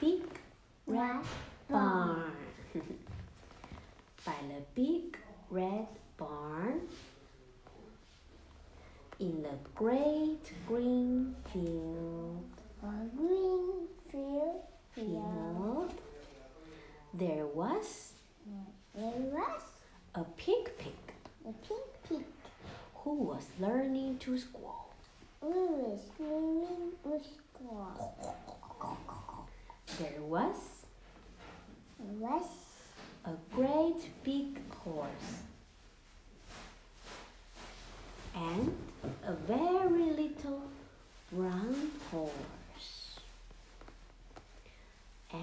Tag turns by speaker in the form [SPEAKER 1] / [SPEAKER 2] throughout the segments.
[SPEAKER 1] big red barn. By the big red barn in the great green field,
[SPEAKER 2] A green field here.
[SPEAKER 1] field there was
[SPEAKER 2] There was
[SPEAKER 1] a pig pig
[SPEAKER 2] a pink pig
[SPEAKER 1] who was learning to squall.
[SPEAKER 2] who was swimming with squall.
[SPEAKER 1] There was
[SPEAKER 2] There was
[SPEAKER 1] a great big horse and a very little brown horse.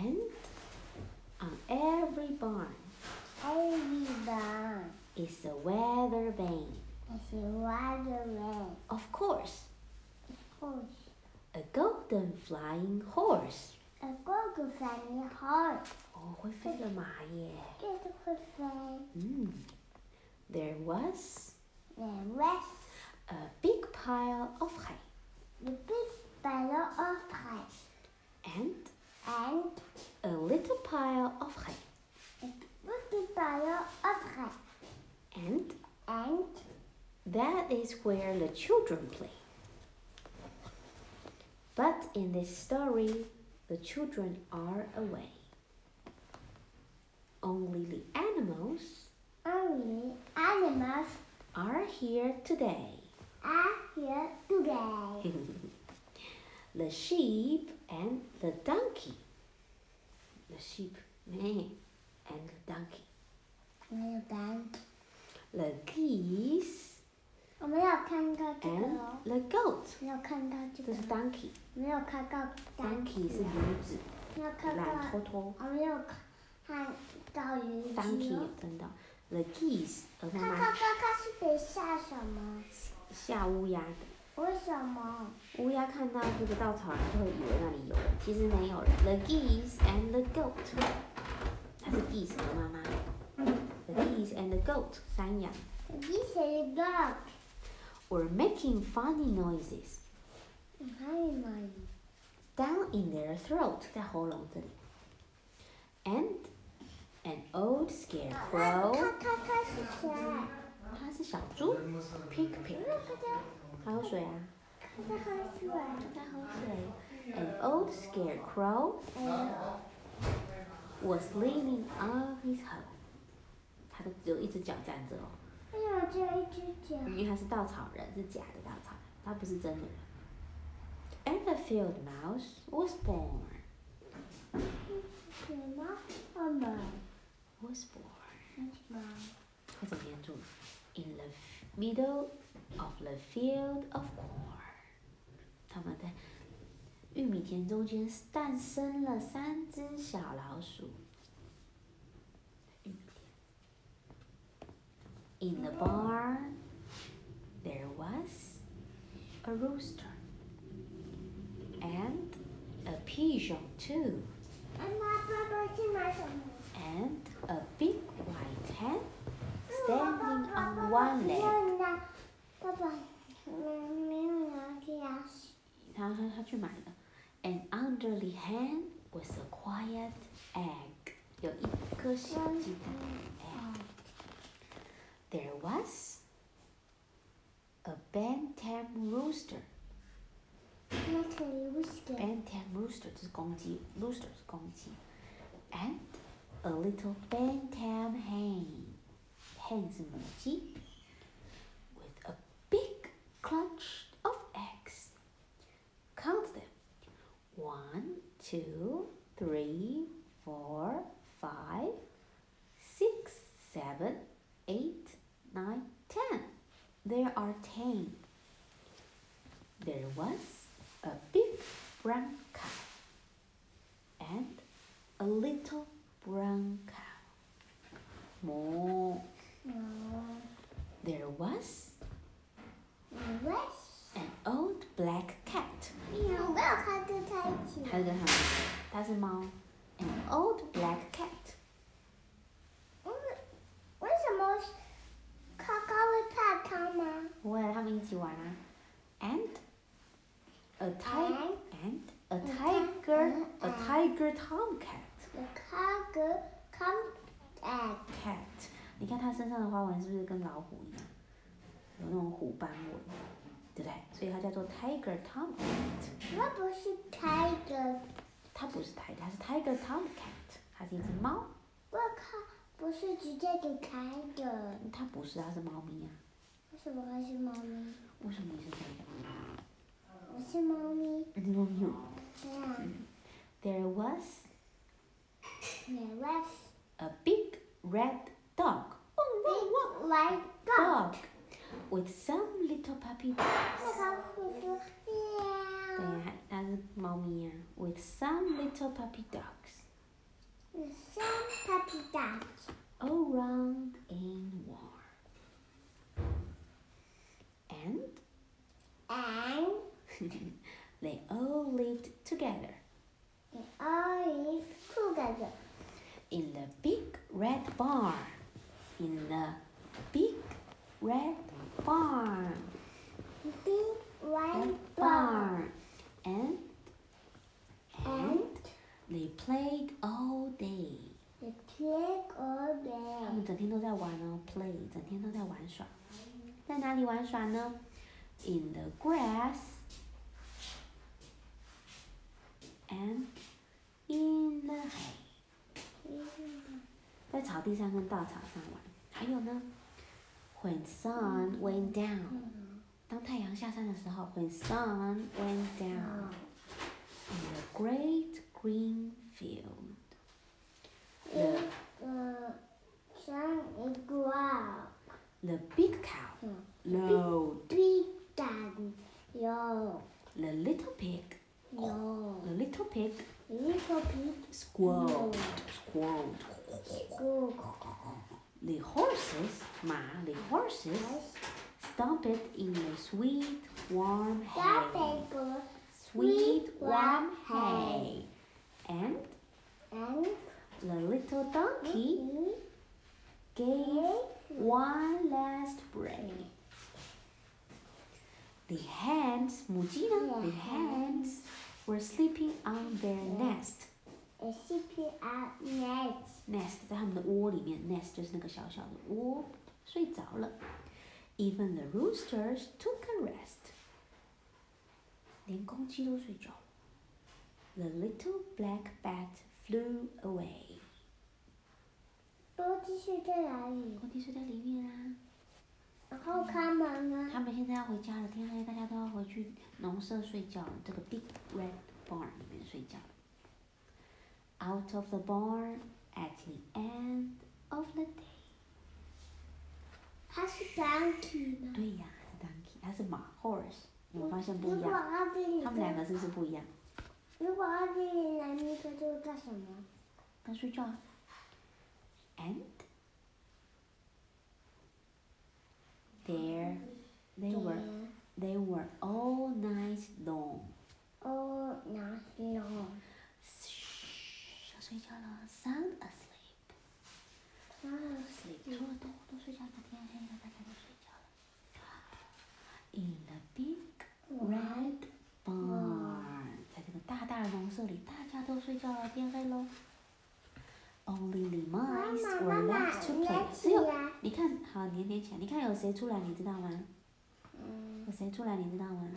[SPEAKER 1] And on every barn
[SPEAKER 2] every barn.
[SPEAKER 1] is a weather vane.
[SPEAKER 2] It's a water man.
[SPEAKER 1] Of course,
[SPEAKER 2] Horse.
[SPEAKER 1] a golden flying horse. Oh,
[SPEAKER 2] A golden family horse.
[SPEAKER 1] 哦，会飞的马耶。
[SPEAKER 2] Just a friend.
[SPEAKER 1] Mm. There was
[SPEAKER 2] There was
[SPEAKER 1] a big pile of hay
[SPEAKER 2] the big barrel of rice
[SPEAKER 1] and
[SPEAKER 2] and
[SPEAKER 1] a little pile of hay
[SPEAKER 2] a little barrel of rice.
[SPEAKER 1] and
[SPEAKER 2] And
[SPEAKER 1] that is where the children play. But in this story, the children are away. Only the animals
[SPEAKER 2] only animals
[SPEAKER 1] are here today.
[SPEAKER 2] are here today.
[SPEAKER 1] the sheep and the donkey. The sheep meh, and the donkey.
[SPEAKER 2] Little band.
[SPEAKER 1] The geese
[SPEAKER 2] 我没有看到这个
[SPEAKER 1] and
[SPEAKER 2] 哦，
[SPEAKER 1] the goat.
[SPEAKER 2] 没有看到
[SPEAKER 1] 这
[SPEAKER 2] 这个
[SPEAKER 1] 是，donkey，
[SPEAKER 2] 没有看到
[SPEAKER 1] donkey 是驴子，
[SPEAKER 2] 没有看
[SPEAKER 1] 懒
[SPEAKER 2] 到，
[SPEAKER 1] 拖拖。
[SPEAKER 2] 我没有看到鱼只
[SPEAKER 1] donkey
[SPEAKER 2] 哦。
[SPEAKER 1] 真的，the geese 儿童
[SPEAKER 2] 看看
[SPEAKER 1] 版
[SPEAKER 2] 看看是得下什么？
[SPEAKER 1] 吓乌鸦的，
[SPEAKER 2] 为什么？
[SPEAKER 1] 乌鸦看到这个稻草人就会以为那里有人，其实没有人。The geese and the goat，它是 geese 的妈妈。The geese and the goat 山羊
[SPEAKER 2] This is a dog.
[SPEAKER 1] were making funny noises
[SPEAKER 2] 还有呢
[SPEAKER 1] down in their throat 在喉咙这里，and an old
[SPEAKER 2] 看
[SPEAKER 1] scarecrow
[SPEAKER 2] 看看看是谁？
[SPEAKER 1] 它是小猪，pig pig，它喝水啊。
[SPEAKER 2] 看看喝水。
[SPEAKER 1] An old scarecrow
[SPEAKER 2] 哎，
[SPEAKER 1] was leaning on his hoe。他的只有一只脚站着哦，
[SPEAKER 2] 为什么只有一只脚？
[SPEAKER 1] 因为他是稻草人，是假的稻草人，他不是真的人。And the field mouse was born.
[SPEAKER 2] 什么？我们
[SPEAKER 1] Was born.
[SPEAKER 2] 什么？
[SPEAKER 1] 或者念住，In the middle of the field of corn. 他们在玉米田中间诞生了三只小老鼠。玉米田。In the barn, there was a rooster and a pigeon too,
[SPEAKER 2] 妈妈爸爸去买什么？
[SPEAKER 1] and a big white hen standing on one
[SPEAKER 2] 没
[SPEAKER 1] leg.
[SPEAKER 2] 有拿，爸爸没没有拿去牙洗。
[SPEAKER 1] 他他他去买了。And under the hen was a quiet egg，有一颗小鸡蛋。
[SPEAKER 2] 哦
[SPEAKER 1] There was a bantam rooster。
[SPEAKER 2] 那是 rooster，
[SPEAKER 1] Bantam rooster 就是公鸡，rooster 是公鸡。And a little bantam hen。hen 是母鸡。With a big clutch of eggs. Count them. One, two, three, four, five, six, seven, eight, nine, ten. There are ten. There was a big brown cow and a little brown cow. Moo.
[SPEAKER 2] 嗯，
[SPEAKER 1] There was
[SPEAKER 2] 喂，
[SPEAKER 1] an old black cat.
[SPEAKER 2] 我没有看这在一起。
[SPEAKER 1] 它是跟它，它是猫。An old black cat.
[SPEAKER 2] 为为什么高高会怕它吗？
[SPEAKER 1] 不会，它们一起玩啊。And a tiger
[SPEAKER 2] And Uh-huh.
[SPEAKER 1] and a tiger a tiger
[SPEAKER 2] and
[SPEAKER 1] tiger tomcat
[SPEAKER 2] The tiger comes at
[SPEAKER 1] cat。你看它身上的花纹是不是跟老虎一样，有那种虎斑纹，对不对？所以它叫做 tiger tomcat。
[SPEAKER 2] what was a tiger?
[SPEAKER 1] 它不是 tiger，它是 tiger tomcat，它是一只猫。
[SPEAKER 2] 我看不是直接就开的，
[SPEAKER 1] 它不是，它是猫咪啊。
[SPEAKER 2] 为什么还是猫咪？
[SPEAKER 1] 为什么你是这样讲？
[SPEAKER 2] 我是猫咪，
[SPEAKER 1] 你是猫咪哦。
[SPEAKER 2] 对呀、啊，
[SPEAKER 1] Mm-hmm. There was
[SPEAKER 2] 你来
[SPEAKER 1] a big red dog. Oh,
[SPEAKER 2] big来
[SPEAKER 1] no,
[SPEAKER 2] dog，
[SPEAKER 1] dog with some little puppy
[SPEAKER 2] 那
[SPEAKER 1] dogs.
[SPEAKER 2] 个虎说
[SPEAKER 1] 对
[SPEAKER 2] 喵，
[SPEAKER 1] 呀、它是猫咪呀、With some little puppy dogs
[SPEAKER 2] 有三 puppy dog，
[SPEAKER 1] all round and warm. And
[SPEAKER 2] 俺
[SPEAKER 1] they all lived together
[SPEAKER 2] 你 all live together
[SPEAKER 1] in the big red barn. In the big red barn.
[SPEAKER 2] big white
[SPEAKER 1] And
[SPEAKER 2] dog
[SPEAKER 1] barn. And
[SPEAKER 2] and
[SPEAKER 1] they played all day.
[SPEAKER 2] the pig all
[SPEAKER 1] 他
[SPEAKER 2] day
[SPEAKER 1] 们整天都在玩哦，play，整天都在玩耍。在哪里玩耍呢？In the grass and in the hay，在草地上跟稻草上玩。还有呢，When sun went down，当太阳下山的时候，When sun went down in the great green field，
[SPEAKER 2] 一个像一个
[SPEAKER 1] The big cow
[SPEAKER 2] 嗯
[SPEAKER 1] lowed.
[SPEAKER 2] big dog 有
[SPEAKER 1] The little pig,
[SPEAKER 2] 有
[SPEAKER 1] the little pig
[SPEAKER 2] 一个 pig
[SPEAKER 1] squawked, squawked.
[SPEAKER 2] 狗
[SPEAKER 1] The horses, 马, the horses
[SPEAKER 2] 还
[SPEAKER 1] stomped in the sweet warm
[SPEAKER 2] 大
[SPEAKER 1] hay.
[SPEAKER 2] 白狗
[SPEAKER 1] Sweet warm
[SPEAKER 2] warm
[SPEAKER 1] hay. And
[SPEAKER 2] and
[SPEAKER 1] the little donkey gave one last break. The hens, 母鸡呢
[SPEAKER 2] Yeah.
[SPEAKER 1] the hens were sleeping on their nest.
[SPEAKER 2] a C P R net
[SPEAKER 1] nest 在他们的窝里面，nest 就是那个小小的窝，睡着了。Even the roosters took a rest，连公鸡都睡着了。The little black bat flew away，
[SPEAKER 2] 都继续在哪里？
[SPEAKER 1] 公鸡睡在里面啊。
[SPEAKER 2] 然后他们呢？
[SPEAKER 1] 他们现在要回家了，天黑，大家都要回去农舍睡觉了。这个 big red barn 里面睡觉了。Out of the barn at the end of the day。
[SPEAKER 2] 它是 donkey 吗？
[SPEAKER 1] 对呀、是 donkey，它是马 horse，你有发现不
[SPEAKER 2] 如
[SPEAKER 1] 一
[SPEAKER 2] 果
[SPEAKER 1] 样？
[SPEAKER 2] 奥地利
[SPEAKER 1] 他们两个是不是不一样？
[SPEAKER 2] 如果奥地利来那个就叫什么？
[SPEAKER 1] 跟睡觉啊。And there they were they were all night long，
[SPEAKER 2] 哦，哪里哦？
[SPEAKER 1] 嘘，要睡觉了，sound asleep，
[SPEAKER 2] 啊
[SPEAKER 1] sleep，除了动物都睡觉了，天黑了，大家都睡觉了。In the big red
[SPEAKER 2] 嗯
[SPEAKER 1] barn，在这个大大的农舍里，大家都睡觉了，天黑喽。Only the
[SPEAKER 2] 妈
[SPEAKER 1] mice
[SPEAKER 2] 妈，妈
[SPEAKER 1] were
[SPEAKER 2] 妈，
[SPEAKER 1] left to
[SPEAKER 2] 你
[SPEAKER 1] play
[SPEAKER 2] 来。
[SPEAKER 1] 只
[SPEAKER 2] 起
[SPEAKER 1] 有
[SPEAKER 2] 来。
[SPEAKER 1] 你看好黏黏起来，你看有谁出来，你知道吗？
[SPEAKER 2] 嗯，
[SPEAKER 1] 有谁出来，你知道吗？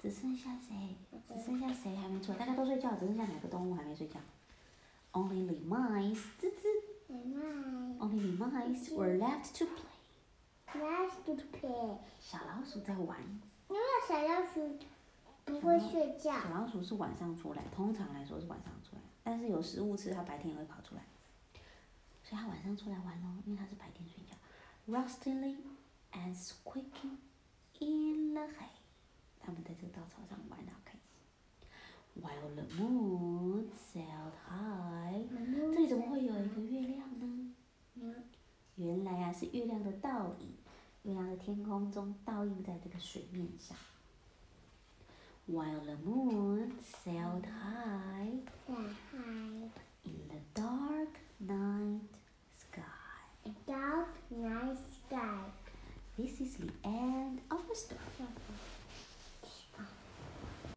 [SPEAKER 1] 只剩下谁？只剩下谁还没出来？大家都睡觉，只剩下哪个动物还没睡觉？Only the mice，吱吱。
[SPEAKER 2] 妈妈
[SPEAKER 1] Only the mice were left to play。
[SPEAKER 2] ，nice to play。
[SPEAKER 1] 小老鼠在玩，
[SPEAKER 2] 因为小老鼠不会睡觉，
[SPEAKER 1] 小老鼠是晚上出来，通常来说是晚上出来，但是有食物吃，它白天也会跑出来，所以它晚上出来玩咯，因为它是白天睡觉。Rustling and squeaking in the hay，它们在这个稻草上玩得好开心。While the moon sailed high，这嗯里怎么会有一个月亮呢？
[SPEAKER 2] 嗯
[SPEAKER 1] 原来啊是月亮的倒影，月亮在天空中倒映在这个水面上。While the moon sailed high
[SPEAKER 2] 小孩
[SPEAKER 1] in the dark night sky,
[SPEAKER 2] a dog nice guy，
[SPEAKER 1] this is the end of the story.